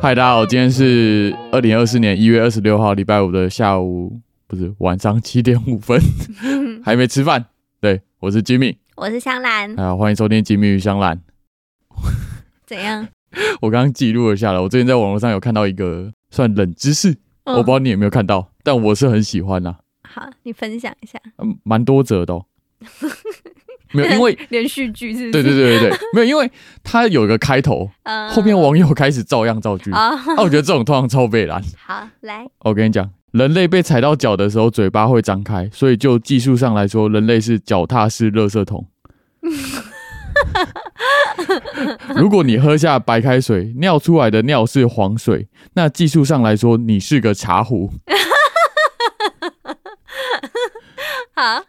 嗨，大家好，今天是二零二四年一月二十六号，礼拜五的下午，不是晚上七点五分，还没吃饭。对，我是 Jimmy，我是香兰，啊、欢迎收听《吉米与香兰》。 怎样？我刚刚记录了下来，我最近在网络上有看到一个算冷知识，我不知道你有没有看到，但我是很喜欢呐、好，你分享一下嗯，蛮多折的、哦。没有，因为连续剧是不对是？对对对对，没有，因为它有一个开头，嗯后面网友开始照样造句。啊，啊，我觉得这种通常超被拦。好来，我哦跟你讲，人类被踩到脚的时候，嘴巴会张开，所以就技术上来说，人类是脚踏式垃圾桶。如果你喝下白开水，尿出来的尿是黄水，那技术上来说，你是个茶壶。好，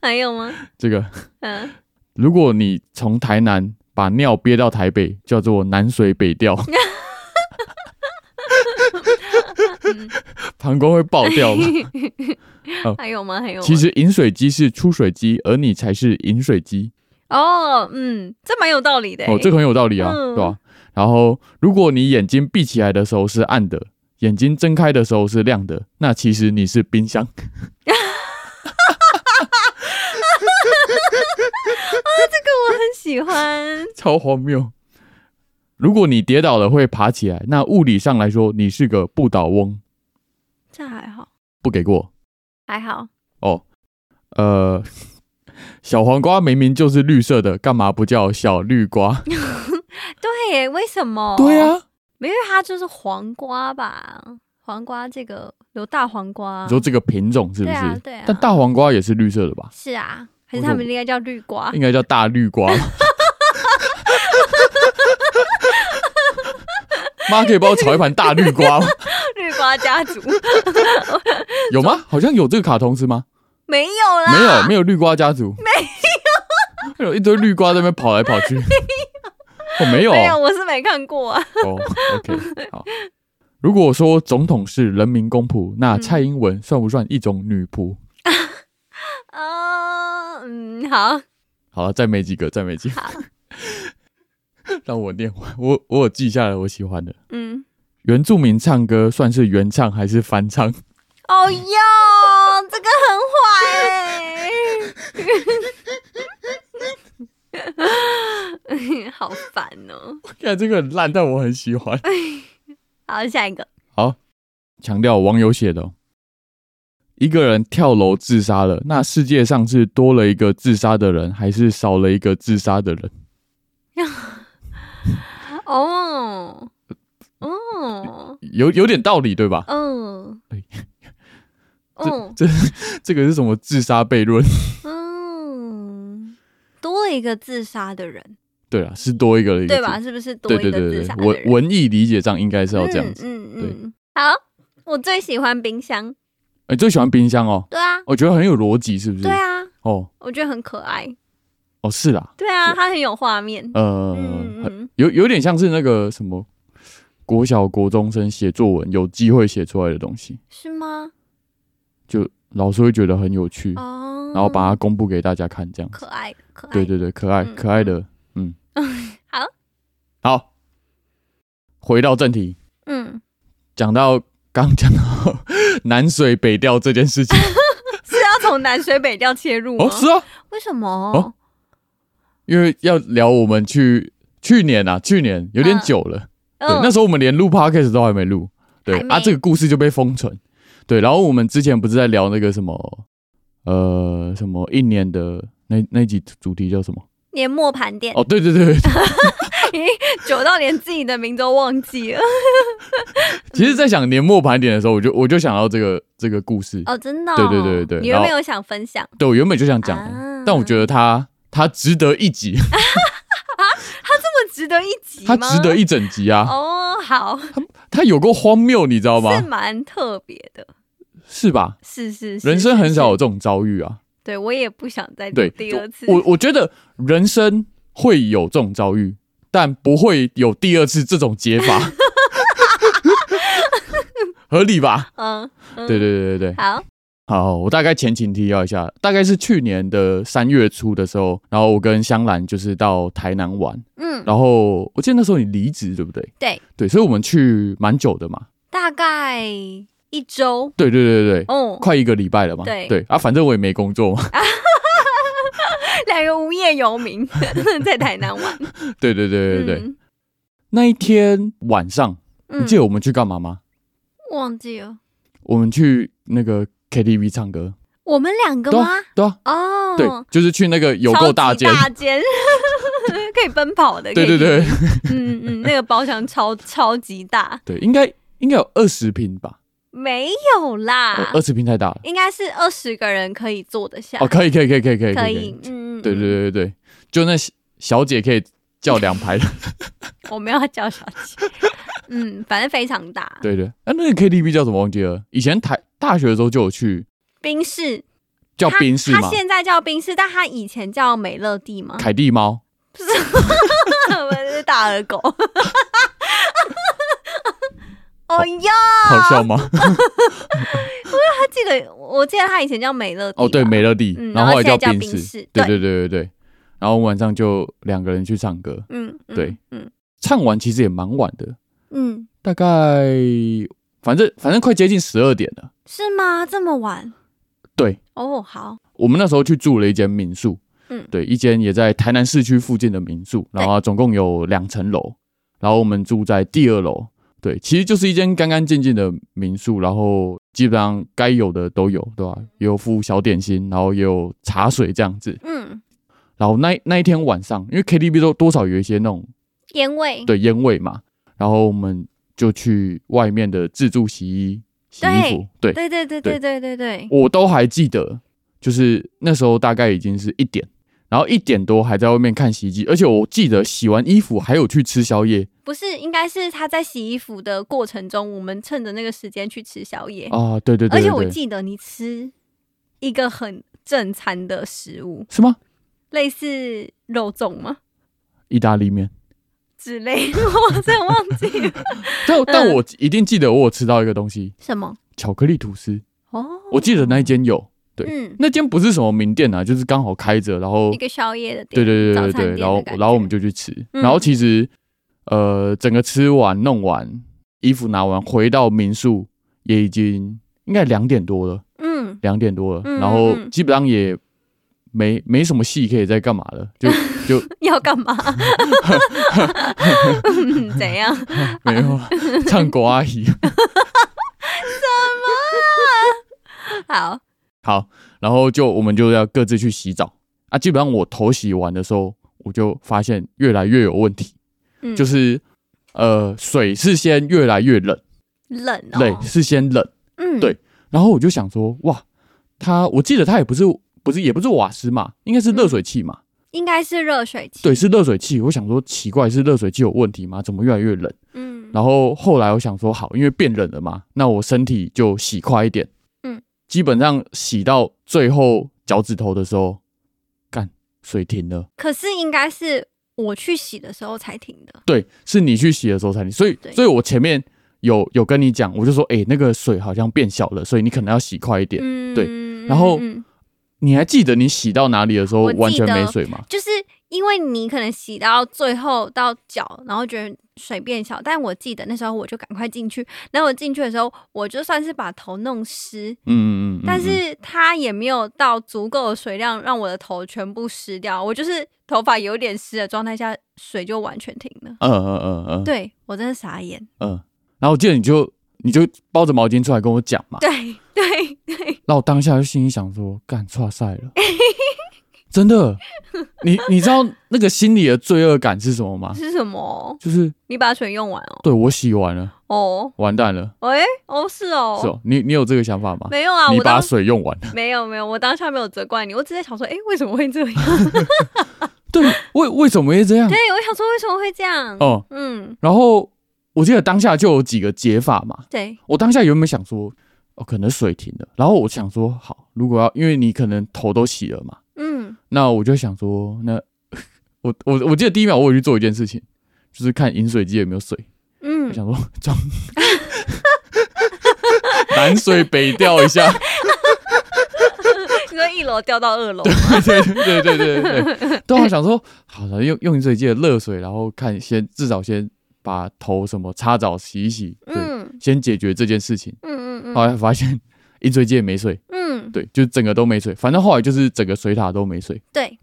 还有吗？这个，嗯，如果你从台南把尿憋到台北，叫做南水北调。膀胱会爆掉吗？还有吗？还有吗？其实饮水机是出水机，而你才是饮水机。哦，嗯，这蛮有道理的欸。哦，这个很有道理啊，嗯对吧、然后，如果你眼睛闭起来的时候是暗的，眼睛睁开的时候是亮的，那其实你是冰箱。我很喜欢。超荒谬。如果你跌倒了会爬起来，那物理上来说你是个不倒翁，这还好，不给过还好。哦。呃， 小黄瓜明明就是绿色的，干嘛不叫小绿瓜？对耶，为什么？对，啊，因为它就是黄瓜吧？黄瓜这个有大黄瓜你，说这个品种是不对是？啊，对啊。但大黄瓜也是绿色的吧？是啊，还为是什他么们应该叫绿瓜？应该叫大绿瓜吧。 妈可以帮我炒一盘大绿瓜吗？ 绿瓜家族有吗？好像有这个卡通是吗？没有啦，没有，没有绿瓜家族，没有，有一堆绿瓜在那边跑来跑去。哦，没有没有，哦我是没看过啊。哦，OK，好。如果说总统是人民公仆，那蔡英文算不算一种女仆？啊，嗯，好，好了，再没几个，再没几个， 让我念完。我我有记下来我喜欢的。嗯，原住民唱歌算是原唱还是翻唱？ 哦嗯哟，这个很坏欸 好烦哦。看这个很烂，但我很喜欢。好，下一个，强调网友写的哦、一个人跳楼自杀了，那世界上是多了一个自杀的人，还是少了一个自杀的人？哦，哦，有有点道理，对吧？ 嗯对，嗯，哎这个是什么自杀悖论？ 嗯，多了一个自杀的人，对啊，是多一个的一个对字吧？是不是多对一对个自对杀对，的人？文文艺理解上应该是要这样子。嗯对嗯嗯，好，我最喜欢冰箱。哎、最喜欢冰箱哦，对啊，我觉得很有逻辑，是不是？对啊，哦我觉得很可爱。哦，是啦，对啊，它很有画面。呃，嗯嗯有有点像是那个什么国小国中生写作文有机会写出来的东西，是吗？就老师会觉得很有趣，哦，嗯然后把它公布给大家看，这样子。可爱可爱。对对对，可爱嗯可爱的，嗯， 好，好，回到正题，嗯，讲到刚讲到南水北调这件 事情，是要从南水北调切入吗？哦，是啊，为什么哦？因为要聊我们去去年啊，去年有点嗯久了，嗯对，那时候我们连录 podcast 都还没录，对还没啊，这个故事就被封存，对，然后我们之前不是在聊那个什么，呃，什么一年的那那集主题叫什么？年末盘点，哦，对对对对， 久到连自己的名都忘 记了。其实，在想年末盘点的时候，我就我就想到这个这个故事，哦，真的哦。对对对对对你有没然有想分享？对我原本就想讲的，啊但我觉得它它值得一集，这么值得一集它吗？值得一整集啊，哦，好，它有够荒谬，你知道是吗？蛮特别的，是吧？是是是，人生是很少有是这种遭遇啊，对我也不想再录对，第二次。我我觉得人生会有这种遭遇，但不会有第二次这种解 法，合理吧？嗯，嗯对对对对对。嗯好，好，我大概前情提要一下，大概是去年的三月初的时候，然后我跟香兰就是到台南玩，嗯，然后我记得那时候你离职对不对？对对，所以我们去蛮久的嘛，大概一周，对对对对对，哦，快一个礼拜了嘛，对啊，反正我也没工作嘛， 两个无业游民 在台南玩，对对对对对，嗯那一天晚上，你嗯记得我们去干嘛吗？忘记了，我们去那个 KTV 唱歌，我们两个对啊吗？对啊，哦，对，就是去那个有够大间超级，大间 可以奔跑的，对对可以，对嗯嗯，那个包厢超超级大， 对，应该应该有二十平吧，没有啦二，十平太大了。应该是二十个人可以坐得下，呃哦，可以，可以，可以，可以，可以，可可以，嗯，嗯对对，对对对，就那小小姐可以叫两排 的，嗯我们要叫小姐， 嗯，反正非常大，对对。啊，那个 KTV 叫什么忘记了？以前台大学的时候就有去，冰室叫它宾士它嘛，现在叫冰室，但它以前叫美乐蒂吗？凯蒂猫。 我是大耳狗。 哦哟，好笑 吗？他记得，我记得他以前叫美乐蒂吧。哦，对，美乐蒂嗯，然后后来然后现在叫宾宾士对对对对对对。然后晚上就两个人去唱歌，嗯，嗯，对嗯唱完其实也蛮晚的，嗯，大概反正反正快接近十二点了。是吗？这么晚？对，哦，好，我们那时候去住了一间民宿，嗯对，一间也在台南市区附近的民宿，然后它啊总共有两层楼，然后我们住在第二楼，对，其实就是一间干干净净的民宿，然后基本上该有的都有，对吧、也有附小点心，然后也有茶水这样子。嗯，然后那那一天晚上，因为 KTV 都多少有一些那种烟味，对烟味嘛，然后我们就去外面的自助洗衣洗衣服，对对对对对对对对，我都还记得，就是那时候大概已经是一点，然后一点多还在外面看洗衣机，而且我记得洗完衣服还有去吃宵夜不是，应该是他在洗衣服的过程中，我们趁着那个时间去吃宵夜。啊，对对而对且对我对，记得你吃一个很正餐的食物，是吗？类似肉粽吗？意大利面，之类的， 我真的忘记了嗯但但我一定记得我有吃到一个东西，什么巧克力吐司，哦，我记得那一间有，对，嗯，那间不是什么名店啊，就是刚好开着，然后一个宵夜的对对店，对对早餐对，店然后的感然后我们觉嗯就去吃，然后其实呃，整个吃完弄完，衣服拿完，回到民宿也已经应该两点多了，嗯，两点多了，嗯然后嗯嗯基本上也没没什么戏可以再干嘛了，就 就要干嘛？嗯怎样？没有啊唱国阿姨。好，好，然后就我们就要各自去洗澡啊。基本上我头洗完的时候，我就发现越来越有问题，嗯，就是呃水是先越来越冷，冷哦，对，是先冷。嗯，对然后我就想说，哇，它我记得它也不是不是也不是瓦斯嘛，应该是热水器嘛，应该是热水器，对，，是热水器。我想说奇怪，是热水器有问题吗？怎么越来越冷？嗯，然后后来我想说，好，因为变冷了嘛，那我身体就洗快一点。嗯，基本上洗到最后脚趾头的时候，干水停了。可是应该是我去洗的时候才停的，对，是你去洗的时候才停。所以，对所以我前面有有跟你讲，我就说，哎、那个水好像变小了，所以你可能要洗快一点。嗯，对嗯，然后嗯嗯你还记得你洗到哪里的时候我记完全没得水吗？就是因为你可能洗到最后到脚，然后觉得水变小，但我记得那时候我就赶快进去，然后我进去的时候，我就算是把头弄湿，嗯嗯嗯嗯嗯。但是它也没有到足够的水量让我的头全部湿掉，我就是头发有点湿的状态下，水就完全停了。嗯嗯嗯嗯，对我真的傻眼，嗯。然后我记得你就你就包着毛巾出来跟我讲嘛，对对，然后我当下就心里想说，干，错赛了，真的。你你知道那个心里的罪恶感是什么吗？是什么？哦就是你把水用完哦？对我洗完了，哦，完蛋了，喂、哦，是哦，是哦。你你有这个想法吗？没有啊，你我把当水用完了， 没有没有，我当下没有责怪你，我只是想说，哎、为什么会这样？ 对，为为什么会这样？对，我想说为什么会这样？哦，嗯，然后我记得当下就有几个解法嘛，对，我当下原本想说，哦，可能水停了，然后我想说，好，如果要，因为你可能头都洗了嘛，嗯，那我就想说，那 我我我记得第一秒我有去做一件事情，就是看饮水机有没有水。我嗯，想说 装南水北调一下，一楼掉到二楼，对对对对对对，对啊我想说，好的，用用自己的热水，然后看先至少先把头什么擦澡洗一洗，对，嗯先解决这件事情。嗯嗯后嗯来发现一椎间没水，嗯，对，就整个都没水，反正后来就是整个水塔都没水。对，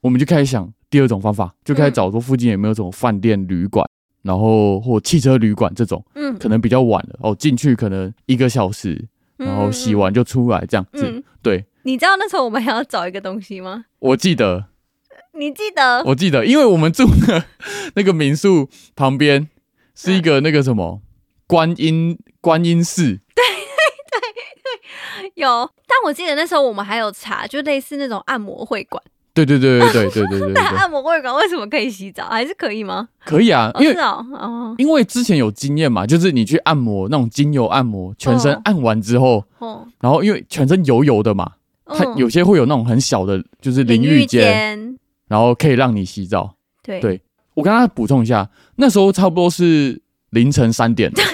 我们就开始想第二种方法，就嗯开始找说附近有没有什么饭店、旅馆，然后或汽车旅馆这种，嗯，可能比较晚了哦，进去可能一个小时，然后洗完就出来这样子。嗯，嗯，对，你知道那时候我们还要找一个东西吗？我记得， 你记得？我记得，因为我们住的那个民宿旁边是一个那个什么观音观音寺，有，但我记得那时候我们还有查，就类似那种按摩会 馆。对对对对对对对对对但 按摩会馆为什么可以洗澡？还是可以吗？可以啊，哦，因是为。哦，哦因为之前有经验嘛，就是你去按摩那种精油按摩，全身嗯按完之后，哦，然后因为全身油油的嘛，它嗯有些会有那种很小的，就是淋浴间，，然后可以让你洗澡。对对我刚刚补充一下，那时候差不多是凌晨三点，已经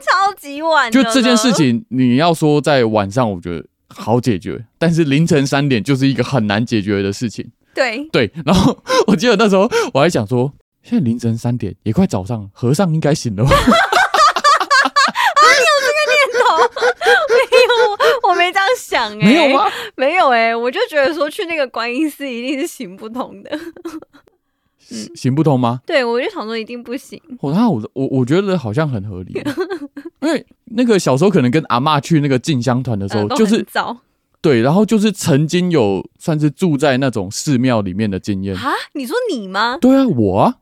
超级晚了。就这件 事，情，你要说在晚上，我觉得好解决，但是凌晨三点就是一个很难解决的事情。对， 对，然后我记得那时候我还想说，现在凌晨三点也快早上了，和尚应该 醒了吧？念头没有，我没这样想 哎、没有吗？没有哎、我就觉得说去那个观音寺一定是行不通的。 行行不通吗？对，我就想说一定不行。我、那我我我觉得好像很合理， 因为那个小时候可能跟阿嬷去那个进香团的时候，嗯都就是很早对，然后就是曾经有算是住在那种寺庙里面的经验。啊？你说你吗？对啊，我啊，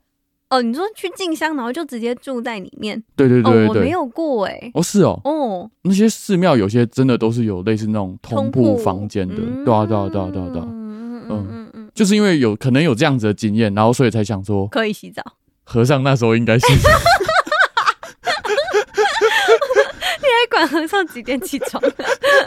哦，你说去静香，然后就直接住在里面？对对对哦，我对没对。有过哎、哦，是哦，哦，那些寺庙有些真的都是有类似那种通铺房间的，对啊，对啊，对啊，对啊，对啊，嗯嗯嗯嗯嗯嗯，就是因为有可能有这样子的经验，然后所以才想说，可以洗澡。和尚那时候应该 是还哎管和尚几点起床？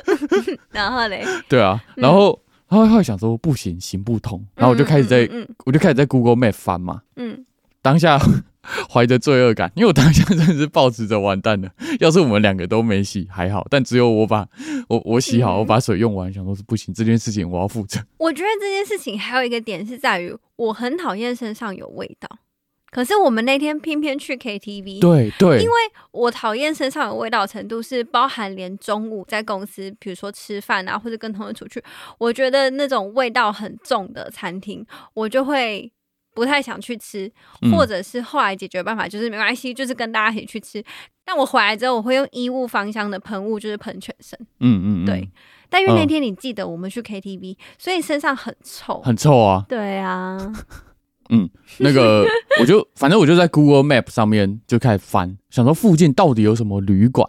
然后嘞，对啊，然后然后后来想说不行，行不通，然后我就开始在、嗯嗯我就开始在 Google Map 翻嘛，嗯嗯当下 怀着罪恶感，因为我当下真的是抱持着完蛋了。要是我们两个都没洗还好，但只有我把我我洗好，嗯我把水用完，想说是不行，这件事情我要负责。我觉得这件事情还有一个点是在于，我很讨厌身上有味道，可是我们那天偏偏去 KTV，对对，因为我讨厌身上有味道的程度是包含连中午在公司，比如说吃饭啊，或者跟同事出去，我觉得那种味道很重的餐厅，我就会不太想去吃，嗯或者是后来解决办法就是没关系，就是跟大家一起去吃。但我回来之后，我会用衣物芳香的喷雾，就是喷全身。嗯嗯嗯，对，但因为那嗯天你记得我们去 KTV，、所以身上很臭。很臭啊。对啊，那个 我就反正我就在 Google Map 上面就开始翻，想说附近到底有什么旅馆。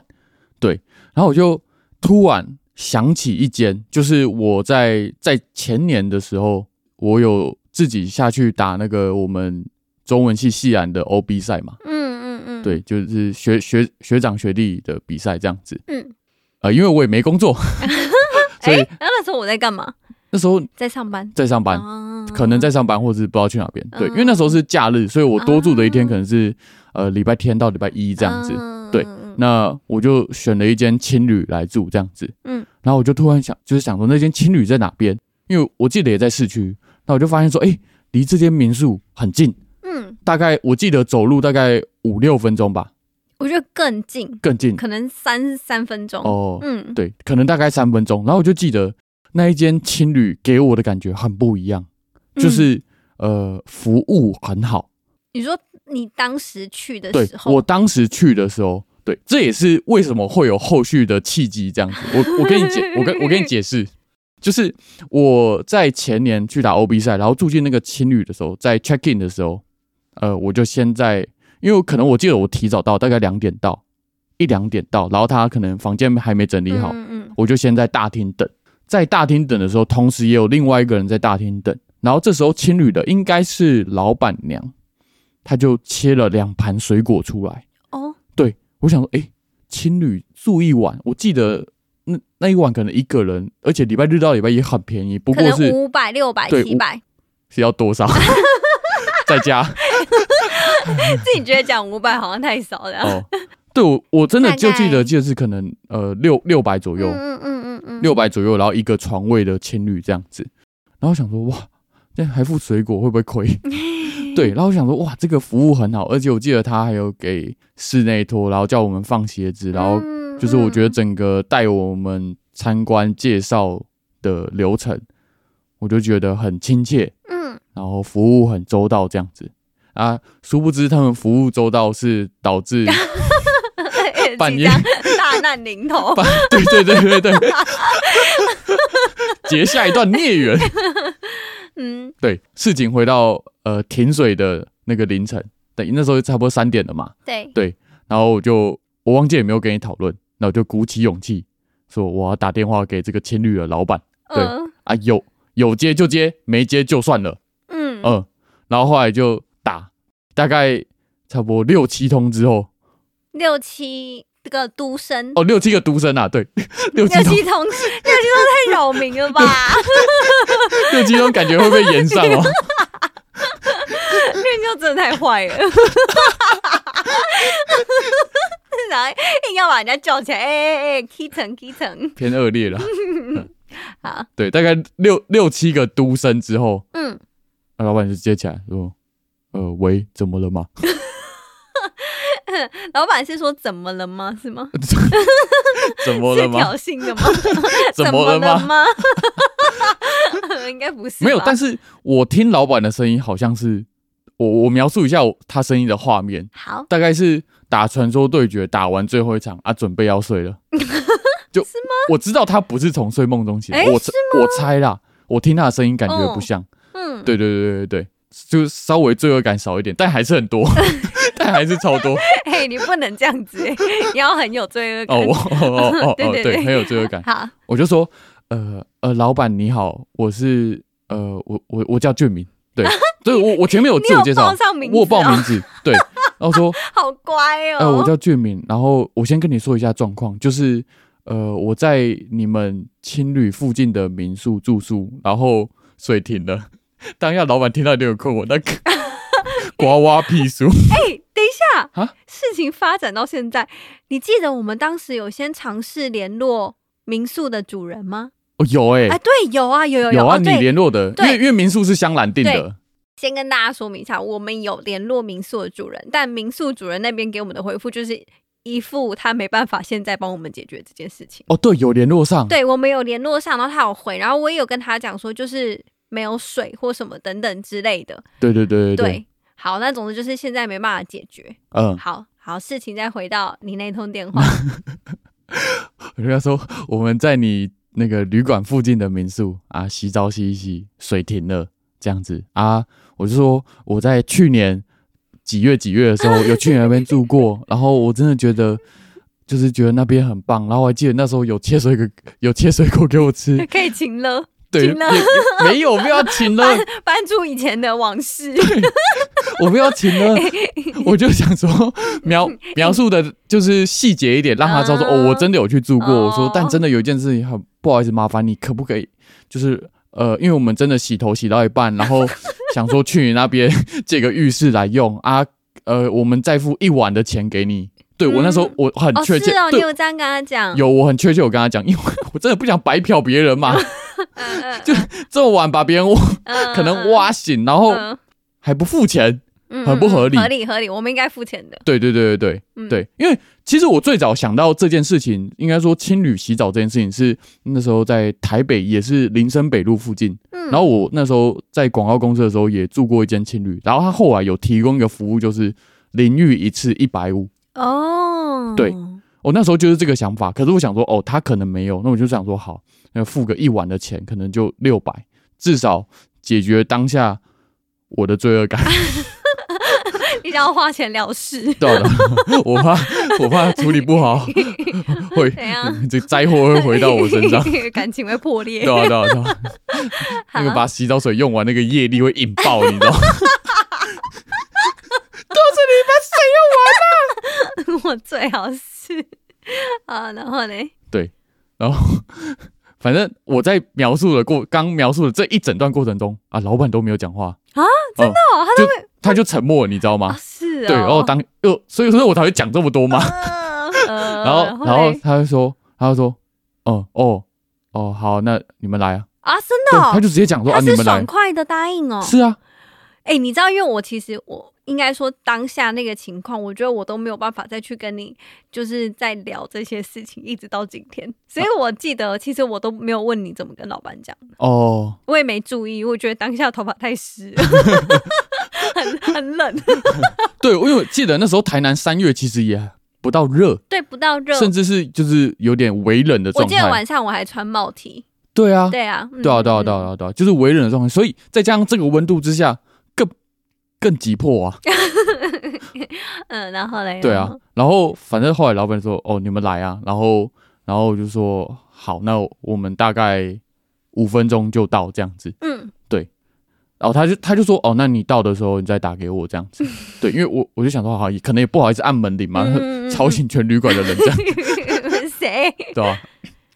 对，然后我就突然想起一间，就是我在在前年的时候，我有自己下去打那个我们中文系系篮的 OB 赛嘛。嗯嗯嗯，，对，就是学学学长学弟的比赛这样子。嗯，呃，因为我也没工作，所哎、以那那时候我在干嘛？那时候在上班。在上班，啊可能在上班，或是不知道去哪边。对，嗯因为那时候是假日，所以我多住的一天啊可能是呃礼拜天到礼拜一这样子。嗯对，那我就选了一间青旅来住这样子。嗯，然后我就突然想，就是想说那间青旅在哪边？因为我记得也在市区，那我就发现说，哎、离这间民宿很近，嗯，大概我记得走路大概五六分钟吧，我觉得更近，更近可能三三分钟。哦。嗯，对，可能大概三分钟。然后我就记得那一间青旅给我的感觉很不一样，就嗯是、呃服务很好。你说你当时去的对时候，我当时去的时候，对，这也是为什么会有后续的契机这样子。我我跟你解，我跟我跟你解释，就是我在前年去打 OB 赛，然后住进那个青旅的时候，在 check in 的时候，呃，我就先在，因为可能我记得我提早到，大概两点到，一两点到，然后他可能房间还没整理好，嗯嗯我就先在大厅等。在大厅等的时候，同时也有另外一个人在大厅等。然后这时候青旅的应该是老板娘，她就切了两盘水果出来。哦，我想说，诶，青旅住一晚，我记得那那一晚可能一个人，而且礼拜日到礼拜也很便宜，不可过能是五百、六百、对七百，是要 多少？在家自己觉得讲五百好像太少了。哦，对我我真的大概就记得记得是可能呃六六百左右，嗯嗯嗯嗯嗯，六百左右，然后一个床位的情侣这样子。然后我想说，哇，这还附水果会不会亏？ 对，然后我想说，哇，这个服务很好，而且我记得他还有给室内拖，然后叫我们放鞋子，然后嗯就是我觉得嗯整个带我们参观介绍的流程，我就觉得很亲切，嗯然后服务很周到这样子。啊，殊不知他们服务周到是导 致 半夜大难临头，半对对对对对， 结下一段孽缘。嗯对，事情回到呃停水的那个凌晨，等那时候差不多三点了嘛，对，然后我就我忘记有没有跟你讨论，那我就鼓起勇气说我要打电话给这个青旅的老板对嗯啊，有有接就接，没接就算了，嗯嗯，然后后来就打，大概差不多六七通之后，六七个都生，哦，六七个独生啊，对，六六七通七通，六七通太扰民了吧？六七通感觉会被延上哦， 面就真的太坏了。然后硬要把人家叫起来，哎哎哎，踢层踢层，偏恶劣 了，嗯好，对，大概六六七个独生之后，嗯，那老板就接起来说，呃，喂，怎么了吗？ 老板是说怎么了吗？是吗？ 怎么是了吗挑？衅的吗？ 怎么了了 吗？吗？ 应该不是吧，没有，但是是我听老板的声音好像是，我我描述一下我他声音的画面，好大概是打传说对决打完最后一场啊，准备要 睡了，就我知道他不是从睡梦中起来，诶我猜我猜啦，我听他的声音感觉不哦像，嗯，对对对对对，就稍微罪恶感少一点，但还是很 多，但还是超多嘿，你不能这样子，哎 你要很有罪恶哦，感。我哦哦哦哦， 对对对，对很有罪恶感。好，我就说，呃呃，老板你好，我是呃，我我我叫俊明， 对，对我我前面有你自我有介绍报，上名字、哦我有报名，字， 对，然后说，好乖哦。呃，我叫俊明，然后我先跟你说一下状况，就是呃，我在你们青旅附近的民宿住宿，然后水停了， 当下老板听到就有困我那 个瓜哇屁书，等一下啊事情发展到现在，你记得我们当时有先尝试联络民宿的主人吗？哦有哎、啊，对，有啊，有有有啊，哦、你对联络的，因为对因为民宿是香兰定对的，先跟大家说明一下，我们有联络民宿的主人，但民宿主人那边给我们的回复就是一副他没办法现在帮我们解决这件事情。哦对，有联络上，对我们有联络上，然后他有回，然后我也有跟他讲说，就是没有水或什么等等之类的。对对对对对，对，好，那总之就是现在没办法解决。嗯。好好，事情再回到你那通电话，我就跟他说，我们在你那个旅馆附近的民宿啊，洗澡洗一洗，水停了这样子啊。我就说我在去年几月几月的时候有去你那边住 过，然后我真的觉得就是觉得那边很棒，然后我还记得那时候有切水果，有切水果给我吃， 可以停了。对，也 请了也没有不要请了，搬出以前的往事。我不要请 了，我就想说描描述的就是细节一点，让他知道说、嗯哦，我真的有去住过。哦我说，但真的有一件事情很不好意思，麻烦你可不可以就是呃，因为我们真的洗头洗到一半，然后想说去你那边借个浴室来用啊，呃，我们再付一晚的钱给你。对我那时候嗯我很哦，确切，是哦，你对有这样跟他讲？有我很确切，我跟他讲，因为我真的不想白嫖别人嘛， 嗯，嗯 就这么晚把别人挖嗯可能哦挖醒，然后嗯还不付钱。嗯很不合理合理合理，我们应该付钱的。对对对对对、嗯对，因为其实我最早想到这件事情，应该说青旅洗澡这件事情是那时候在台北，也是林森北路附近。嗯，然后我那时候在广告公司的时候也住过一间青旅，然后他后来有提供一个服务，就是淋浴一次一百五。哦，对我那时候就是这个想法，可是我想说，哦，他可能没有，那我就想说，好，那付个一晚的钱，可能就六百，至少解决当下我的罪恶感。 你想要花钱了事，到了，我怕我怕处理不好 会怎样，这灾祸会回到我身上 感情会破裂对。啊对啊对啊，好那个把洗澡水用完，那个液力会引爆，你知道吗？ 我最好是啊，然后呢？然后反正我在描述的过刚描述的这一整段过程中啊，老板都没有讲话啊，真的、哦，他就他就沉默了，你知道啊吗？是哦，对，然后当又所以说我才会讲这么多嘛，嗯 呃然后然后嘞他就说他就说，嗯哦哦，好，那你们来啊。啊，真的对，哦、他就直接讲说啊，他你是们来爽。快的答应哦。是啊，哎、你知道，因为我其实我应该说当下那个情况，我觉得我都没有办法再去跟你就是在聊这些事情，一直到今天。所以啊我记得，其实我都没有问你怎么跟老板讲，哦，我也没注意，我觉得当下头发太湿了， 很很冷， 对，因为我记得那时候台南三月其实也不到热，对，不到热。甚至是就是有点微冷的我状记得态。晚上我还穿帽 T，对啊，对啊，嗯对啊，对啊，对啊，对啊，对啊，就是微冷的状态。所以再加上这个温度之下，更更急迫 啊。嗯，然后嘞，对啊，然后反正后来老板说：“哦，你们来啊。”然后，然后我就说：“好，那我们大概五分钟就到这样子。嗯，”然后他就他就说：“哦，那你到的时候你再打给我这样 子。”对，因为我我就想说，好，也可能也不好意思按门铃嘛，嗯 嗯嗯吵醒全旅馆的人这样，嗯，谁？ 对啊？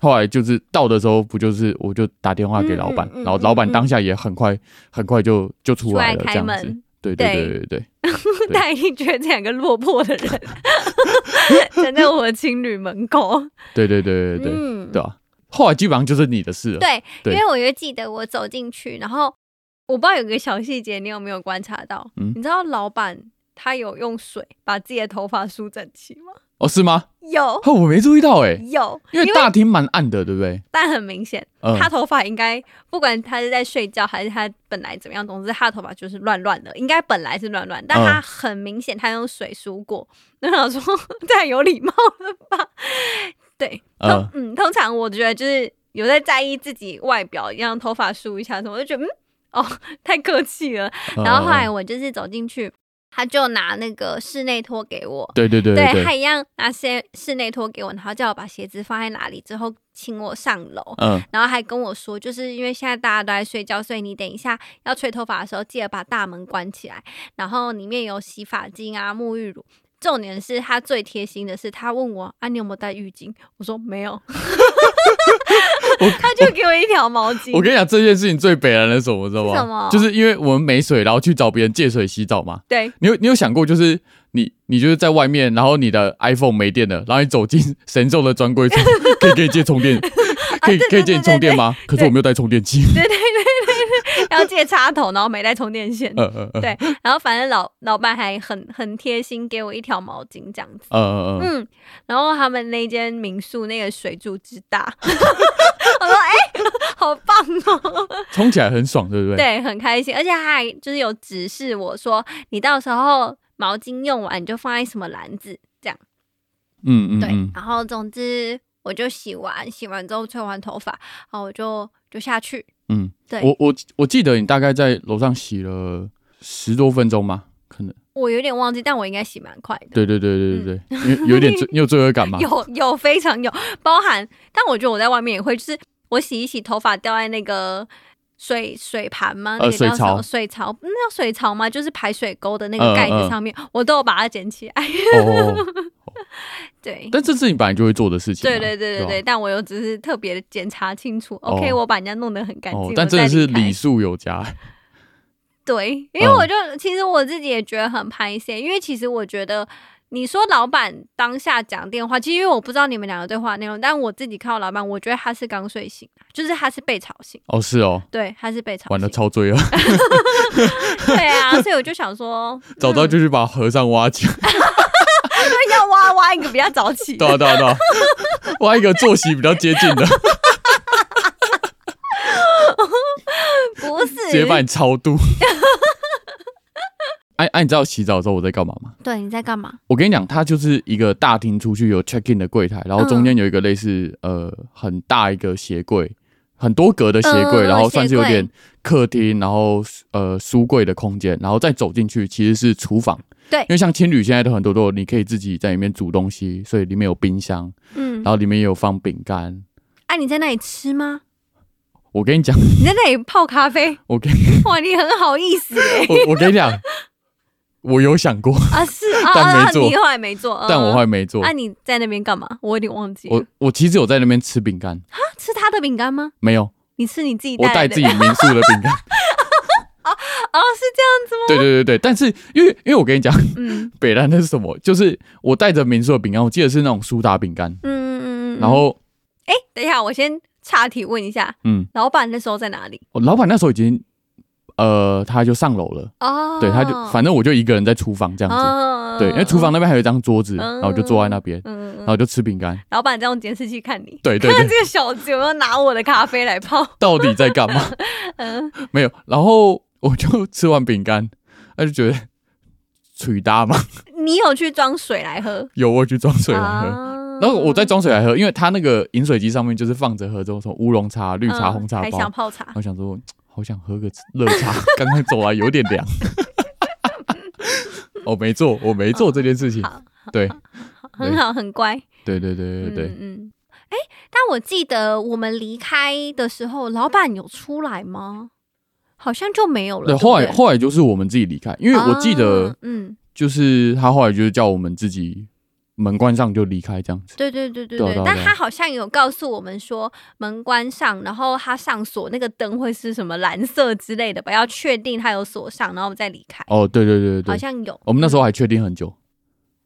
后来就是到的时候，不就是我就打电话给老板，嗯嗯嗯然后老板当下也很快很快就就出出来来了这开样子门。，对对对对对对， 对但一定觉得这两个落魄的人 站在我的情侣门口。对对对对对，嗯对啊。后来基本上就是你的事了，对，对因为我就记得我走进去，然后我不知道有个小细节，你有没有观察到？嗯你知道老板他有用水把自己的头发梳整齐吗？哦，是吗？有哦，我没注意到哎、有，因为大厅蛮暗的，对不对？但很明显，嗯他头发应该不管他是在睡觉还是他本来怎么样，总之他的头发就是乱乱的，应该本来是乱乱，但嗯他很明显他用水梳过， 那我想说太有礼貌了吧？对，通嗯嗯通常我觉得就是有在在意自己外表，让头发梳一下什么，我就觉得嗯哦 太客气了。嗯 然后后来嗯我就是走进去，他就拿那个室内拖给我，对对对对对他，一样拿些室内拖给我，然后叫我把鞋子放在哪里，之后请我上楼，嗯，然后还跟我说，就是因为现在大家都在睡觉，所以你等一下要吹头发的时候，记得把大门关起来，然后里面有洗发精啊、沐浴乳。重点是他最贴心的是，他问我啊，你有没有带浴巾？我 说没有，他就给我一条毛巾。我跟你讲这件事情最北然的是什么，知道吗？是什么就是因为我们没水，然后去找别人借水洗澡嘛。对你有你有想过，就是你你就是在外面，然后你的 iPhone 没电了，然后你走进 神兽的专柜处， 可以可以借充 电，可以啊对对可以借对你对充电吗？可是我没有带充电器。对对对对对，要借插头，然后没带充电线。呃呃呃，对，然后反正老老板还很很贴心，给我一条毛巾这样子。呃呃呃，嗯，然后他们那间民宿那个水柱之大， 我说哎、好棒哦，冲起来很爽，对不对？对，很开心，而且他还就是有指示我说，你到时候毛巾用完你就放在什么篮子这样，嗯嗯对，嗯，然后总之我就洗完，洗完之后吹完头发，然后我就就下去，嗯，对我我我记得你大概在楼上洗了十多分钟吗？可能，我有点忘记，但我应该洗蛮快的。对对对对对对，因为有点 罪，你有罪恶感吗？嗯有有非常有包含，但我觉得我在外面也会，就是我洗一洗头发掉在那个水水盘吗？那呃个叫水槽什么水槽，那叫水槽吗？就是排水沟的那个嗯盖嗯子嗯上面，我都有把它捡起来。 哦， 对，但这是你本来就会做的事情、啊。对对对对吧对，但我又只是特别检查清楚、哦 o k 我把人家弄得很干净、哦我，但真的再是离开礼数有加。对，因为嗯我就、其实我自己也觉得很拍谢，因为其实我觉得你说老板当下讲电话，其实因为我不知道你们两个对话内容，但我自己看到老板，我觉得他是刚睡醒，啊就是他是被吵醒，哦，是哦，对，他是被吵玩的醒，超醉了，哦对啊，所以我就想说， 早知道就去把和尚挖起来，那要挖挖一个比较早 起对的，啊对啊对啊，挖一个作息比较接近 的，不直接把是？你超度。 哎哎，你知道洗澡的时候我在干嘛吗？对，你在干嘛？我跟你讲，它就是一个大厅出去有 check in 的柜台，然后中间有一个类似、呃很大一个鞋柜，很多格的鞋柜，嗯嗯嗯然后算是有鞋柜点客厅，然后呃书柜的空间，然后再走进去其实是厨房。对因为像青旅现在都很多都有你可以自己在里面煮东西，所以里面有冰箱，嗯然，后里面也有放饼干。哎、你在那里吃吗？我跟你讲，你在那里泡咖啡？我跟哇，你很好意思耶！我我跟你讲，我有想过，啊，是啊，但没啊，做你后来没做，嗯 但我后来没做那、。你在那边干嘛？我有点忘记了。我我其实有在那边吃饼干，啊吃他的饼干吗？没有，你吃你自己我带带来的？自己民宿的饼干。 哦，是对对对对，但是因为因为我跟你讲，这样，嗯北兰那是什么？就是我带着民宿的饼干，我记得是那种苏打饼干，嗯嗯嗯。嗯然，后哎、等一下，我先岔题问一下，嗯，老板那时候在哪里？我老板那时候已经，呃，他就上楼了，哦，对，他就反正我就一个人在厨房这样子，哦对，因为厨房，那边还有一张桌子，嗯然后我就坐在那边，嗯，嗯然嗯后就吃饼干，老板在用监视器看你，对对对，看这个小子有没有拿我的咖啡来泡。 到底在干嘛？嗯，没有，然后我就吃完饼干，他就觉得嘴大嘛，你有去装水来喝？ 有我去装水来喝。啊然后我再装水来喝，因为他那个饮水机上面就是放着喝这种什么乌龙茶、绿茶、嗯红茶还包。想泡茶我想说，好想喝个热茶， 刚刚走来有点凉。 我没做，我没做这件事情。好对，很好，很乖。对对对对对，嗯嗯。哎、但我记得我们离开的时候，老板有出来吗？好像就没有了。对。对不后来对，后来就是我们自己离开，因为我记得啊嗯，就是他后来就是叫我们自己门关上就离开这样子。对对对对对啊对对啊。但对啊他好像有告诉我们说，门关上，然后他上锁，那个灯会是什么蓝色之类的吧？要确定他有锁上，然后我们再离开。哦，对对对对好对，像有。我们那时候候还确定很久，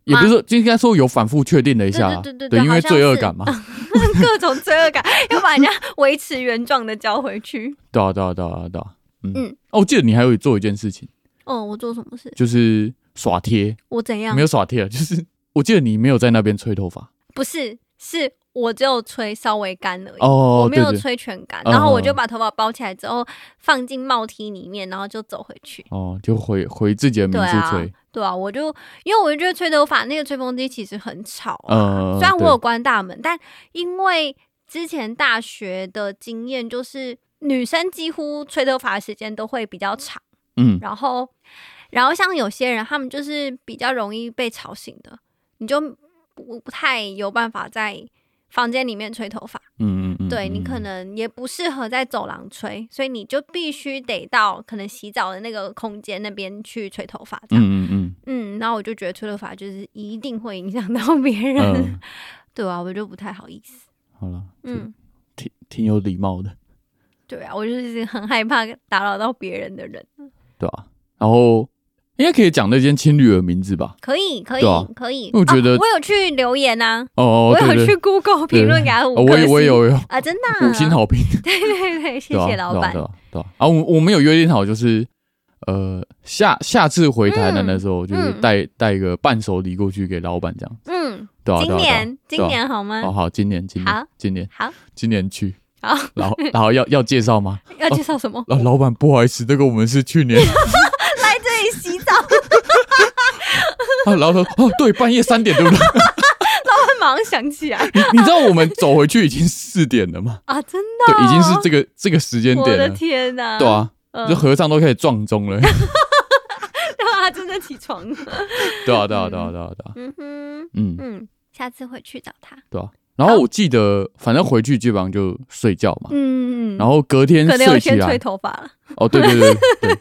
也不是说就应该说有反复确定了一下啦，对对对对对因为好像罪恶是感 嘛。 各种罪恶感，要把人家维持原状的交回去。对啊，对啊，对啊，对啊。嗯，嗯哦，我记得你还有做一件事情，哦，我做什么事？就是耍贴，我怎样没？有耍贴啊，就是我记得你没有在那边吹头发。不是，是我只有吹稍微干而已。哦，我没有对对吹全干，嗯然后我就把头发包起来之后放进帽 T 里面，然后就走回去。哦，就回回自己的民对宿啊吹。，对啊，我就因为我就觉得吹头发那个吹风机其实很吵啊，呃，虽然我对有关大门，但因为之前大学的经验就是女生几乎吹头发的时间都会比较长，嗯，然后然后像有些人他们就是比较容易被吵醒的，你就不不太有办法在房间里面吹头发。嗯嗯嗯，对你嗯可能也不适合在走廊吹，所以你就必须得到可能洗澡的那个空间那边去吹头发这样。嗯嗯嗯，然后我就觉得吹头发就是一定会影响到别嗯人，嗯， 对啊，我就不太好意思。好了，嗯，挺挺有礼貌的，对啊，我就是很害怕打扰到别人的人。对吧？然后应该可以讲那间青旅的名字吧？可以，可以，对啊可以。因为我觉得哦我有去留言啊，哦，我对有对去对， Google 评论给他五哦颗我星、也我也有有啊，真的、啊、 五星。好评，对对对，谢对啊谢老对啊板对。啊对啊，啊，我我们有约定好，就是呃下下次回台南的时候，就是嗯带带一个伴手礼过去给老板，这样嗯，对啊，对今啊对啊年对今啊年好哦哦吗？好，今年今好年今年好，今年去，好，然后然后要要介绍吗？要介绍什么？老老板不好意思，那个我们是去 年，来这里洗澡，啊然后他说哦对，半夜三点对不对？会马上想 起来你你知道我们走回去已经四点了吗？啊！真的哦、对，已经是这个这个时间我点的了，天哪、对，啊，嗯 就和尚都开始撞钟了，然后他真的起床了。对啊对啊对啊对啊对啊，嗯哼，嗯。嗯，下次会去找他。对啊。然后我记得，反正回去基本上就睡觉嘛，嗯，然后隔天可能我睡起先吹来，头发了。哦，对对对对，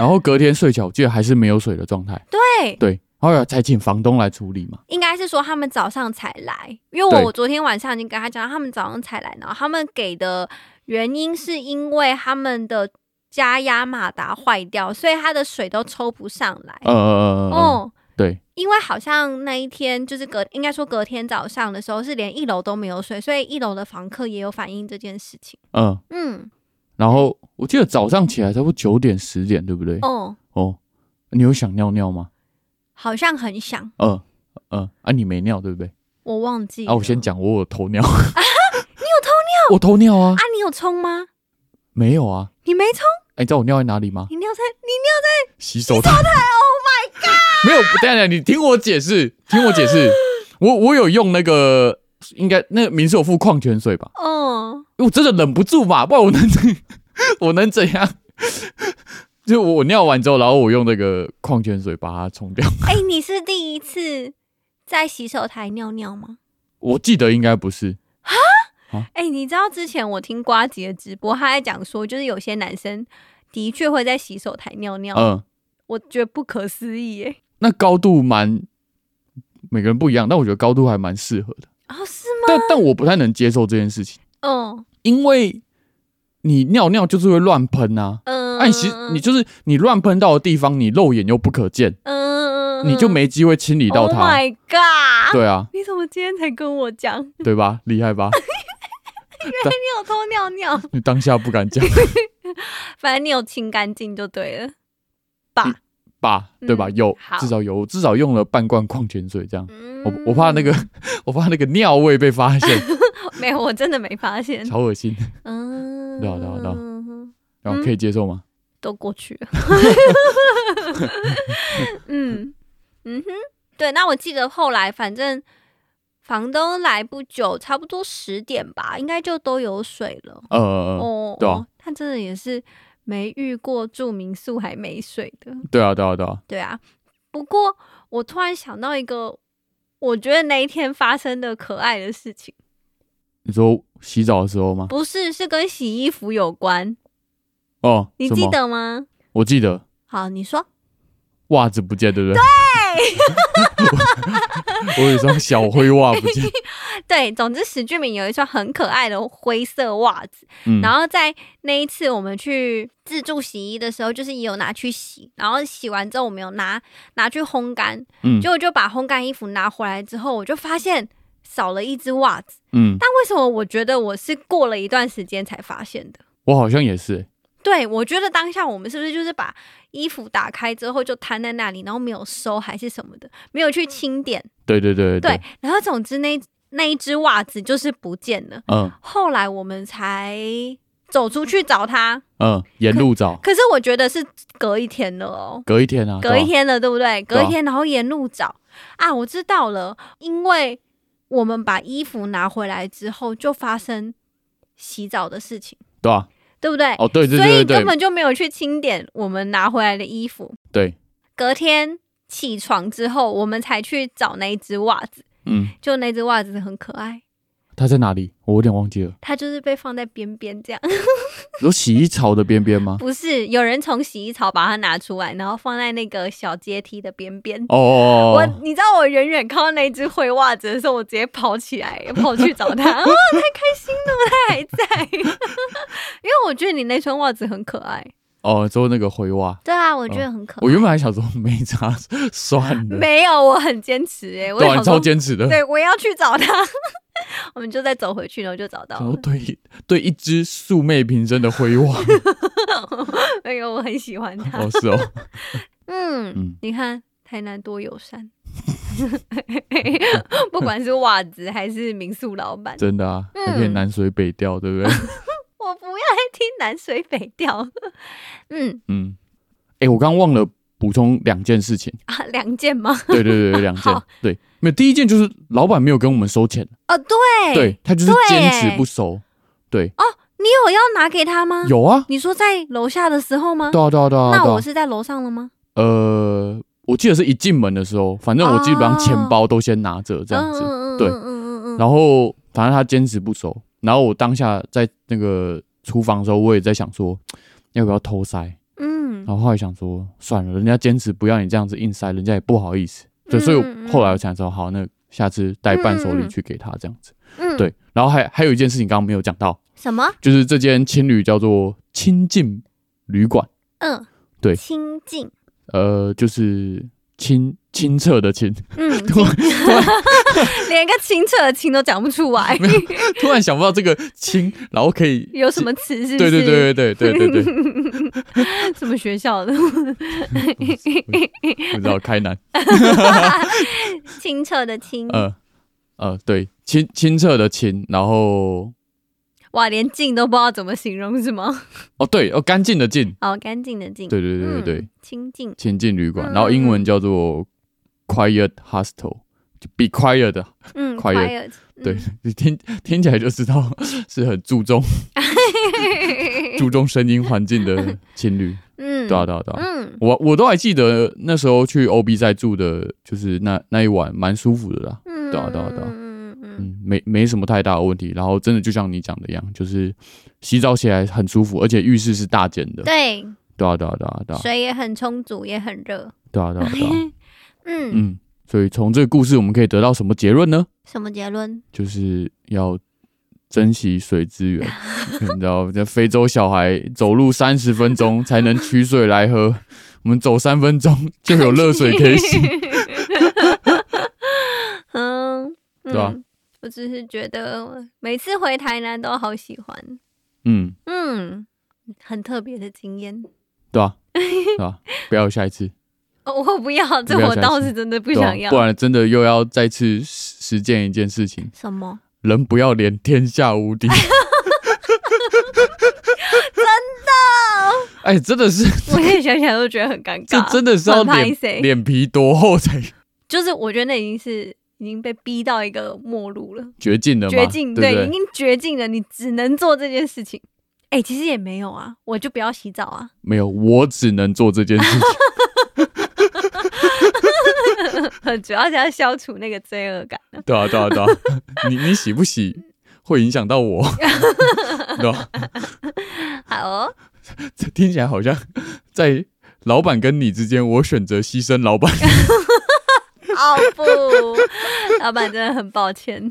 然后隔天睡起来，我记得还是没有水的状态，对，对，后来才请房东来处理嘛，应该是说他们早上才来，因为对我我昨天晚上已经跟他讲，他们早上才来，然后他们给的原因是因为他们的加压马达坏掉，所以他的水都抽不上来。呃呃呃呃，呃哦，对，因为好像那一天就是隔，应该说隔天早上的时候是连一楼都没有水，所以一楼的房客也有反映这件事情。嗯，嗯，然后我记得早上起来差不多九点十点，对不对？哦，哦，你有想尿尿吗？好像很想，嗯嗯，啊，你没尿对不对？我忘记啊，我了先讲，我有偷尿，你有 偷尿？我偷尿啊啊，，你有冲吗？没有啊，你没冲，哎，你知道我尿在哪里吗？你尿在洗手台。Oh my god！没有，等一下，你听我解释，听我解释。 我我有用那个，应该那个民宿有附矿泉水吧？哦，因为我真的忍不住嘛，不然我能 我能怎样？就我我尿完之后，然后我用那个矿泉水把它冲掉。哎、你是第一次在洗手台尿尿吗？我记得应该不是，哎、你知道之前我听瓜姐的直播，她在讲说，就是有些男生的确会在洗手台尿尿，嗯，我觉得不可思议耶。那高度蛮每个人不一样，但我觉得高度还蛮适合的。哦，是吗？但但我不太能接受这件事情，嗯因为你尿尿就是会乱喷啊。嗯，哎、你其你就是你乱喷到的地方，你肉眼又不可见，嗯，你就没机会清理到 Oh 它。 my god！对啊，你怎么今天才跟我讲？对吧？厉害吧？嗯你有偷尿尿，你当下不敢 讲反正你有清干净就对了吧？吧，对吧？嗯有，好至少有，我至少用了半罐矿泉水这样。嗯，我我怕那个， 我怕那个尿味被发现， 没有，我真的没发现。超恶心。嗯，对啊对啊对啊嗯然后可以接受吗？都过去 了。嗯嗯哼，对。那我记得后来，反正房东来不久，差不多十点吧，应该就都有水了。呃，哦，对啊哦，他真的也是没遇过住民宿还没水的。对啊，对啊，对啊，对啊，不过我突然想到一个，我觉得那一天发生的可爱的事情，你说洗澡的时候吗？不是是跟洗衣服有关，哦，你什记么？得吗？我记得好，你说。袜子不见，对不对？ 对，我 有一双小灰袜不见。对，总之史俊明有一双很可爱的灰色袜子，嗯， 然后在那一次我们去自助洗衣的时候，就是也有拿去洗，然后洗完之后我们有拿拿去烘干，嗯结果就把烘干衣服拿回来之后，我就发现少了一只袜子，嗯，但为什么我觉得我是过了一段时间才发现的？我好像也是。对，我觉得当下我们是不是就是把衣服打开之后就摊在那里，然后没有收还是什么的，没有去清点？对对对对，，然后总之那那一只袜子就是不见了。嗯后来我们才走出去找他，嗯，沿路找，可是我觉得是隔一天了哦，隔一天啊，隔对一吧，天了，对不对？对啊隔一天，然后沿路找啊，我知道了，因为我们把衣服拿回来之后，就发生洗澡的事情，对啊，对不对？哦，对对所以对根对对本就没有去清点我们拿回来的衣服。对，隔天起床之后，我们才去找那一只袜子，嗯，就那只袜子很可爱，它在哪里？我有点忘记了。它就是被放在边边这样。有洗衣槽的边边 吗？不是，有人从洗衣槽把它拿出来，然后放在那个小阶梯的边边。哦哦我哦，你知道我远远看到那只灰袜子的时候，我直接跑起 来，跑去找它。哦，太开心了，它还在。因为我觉得你那双袜子很可爱。哦，之后那个灰袜，对啊，我觉得很可爱。我原本还想说没差，算了，没有，我很坚持哎、我对啊，想你超说，坚持的。 对我要去找它。 我们就再走回去，然后就找到然后了。 对对一只素昧平生的灰袜，那个哎我很喜欢它。哦是哦，嗯，嗯你看台南多友善， 不管是袜子还是民宿老板，真的啊，还可以嗯南水北调，对不对？我不要再听南水北调。 嗯嗯，哎，我刚刚忘了补充两件事情，啊，两件吗？对对对，对两件好，对，没有第一件就是老板没有跟我们收钱，哦，对，对他就是对坚持不收，对，你有要拿给他吗？，有啊，你说在楼下的时候吗？对啊对啊对啊，嗯那对啊我是在楼上了吗？呃，我记得是一进门的时候，反正我基本上钱包都先拿着这样子，哦嗯嗯嗯对嗯嗯嗯嗯，然后反正他坚持不收，然后我当下在那个厨房的时候，我也在想说要不要偷塞，嗯，然后后来想说算了，人家坚持不要你这样子硬塞，人家也不好意思，对，所以嗯嗯我后来我想说好，那下次带伴手嗯嗯礼嗯去给他这样子，嗯，对，然后还还有一件事情刚刚没有讲到，什么？就是这间青旅叫做亲近旅馆，嗯，对清净，呃，就是清清澈的 清。嗯，突然清连个清澈的清都讲不 出来，突然想不到这个亲，然后可以有什么词是不对是？对对对对对 对对，什么学校的？不知道开南，清澈的清，呃呃，对，清清澈的清，然后哇，连净都不知道怎么形容是吗？哦对哦干净的净，好，干净的净，对对对对对，嗯，清净，清净旅馆，嗯然后英文叫做 quiet hostel。就 Be quiet 的，嗯 Quiet， ，quiet，对你听听起来就知道 是很注重注重声音环境的情侣， 嗯，对啊对啊对啊。嗯，我我都还记得那时候去 OB 在住的，就是那那一晚蛮舒服的啦。嗯，对啊对啊对啊嗯嗯嗯，没没什么太大的问题。然后真的就像你讲的一样，就是洗澡起来很舒服，而且浴室是大间的。对，对啊，对啊，对啊，对啊，水也很充足，也很热，对啊，对啊，对 啊。嗯，嗯，所以从这个故事我们可以得到什么结论呢？什么结论？就是要珍惜水资 源。你知道，这非洲小孩走路三十分钟才能取水来喝，我们走三分钟就 有热水可以洗。嗯，对啊嗯我只是觉得每次回台南都好喜欢，嗯，嗯，很特别的经验。对 啊，对啊，不要有下一次，哦，我不要，这不要我相倒信是真的不对想要。啊，不然真的又要再次实实践一件事情：什么？人不要脸，天下无敌。哦， 哎，真的是， 我现在想起来都觉得很尴这尬。真的是要啊很拍脸谁脸皮多厚才就是我觉得那已经是已经被逼到一个末路了，绝境 的嘛？绝境，对不已对？经绝境了，你只能做这件事情。哎、其实也没有啊，我就不要洗澡啊。 没有，我只能做这件事情。主要是要消除那个罪恶感。 对啊，对啊，对啊，你你洗不洗会影响到我， 对吧、好哦，这听起来好像在老板跟你之间，我选择牺牲老板。 哦不， 老板真的很抱 歉，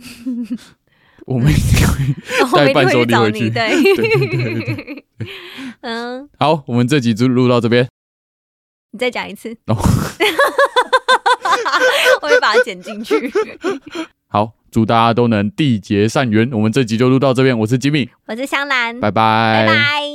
我们一定会我们一定伴会手去礼找回你。去对，对对对对对。 嗯，好，我们这集就录到这边。你再讲一次， 哦 我会把它剪进去。 好，祝大家都能缔结善缘。我们这集就录到这边，我是吉米，我是香兰，拜拜拜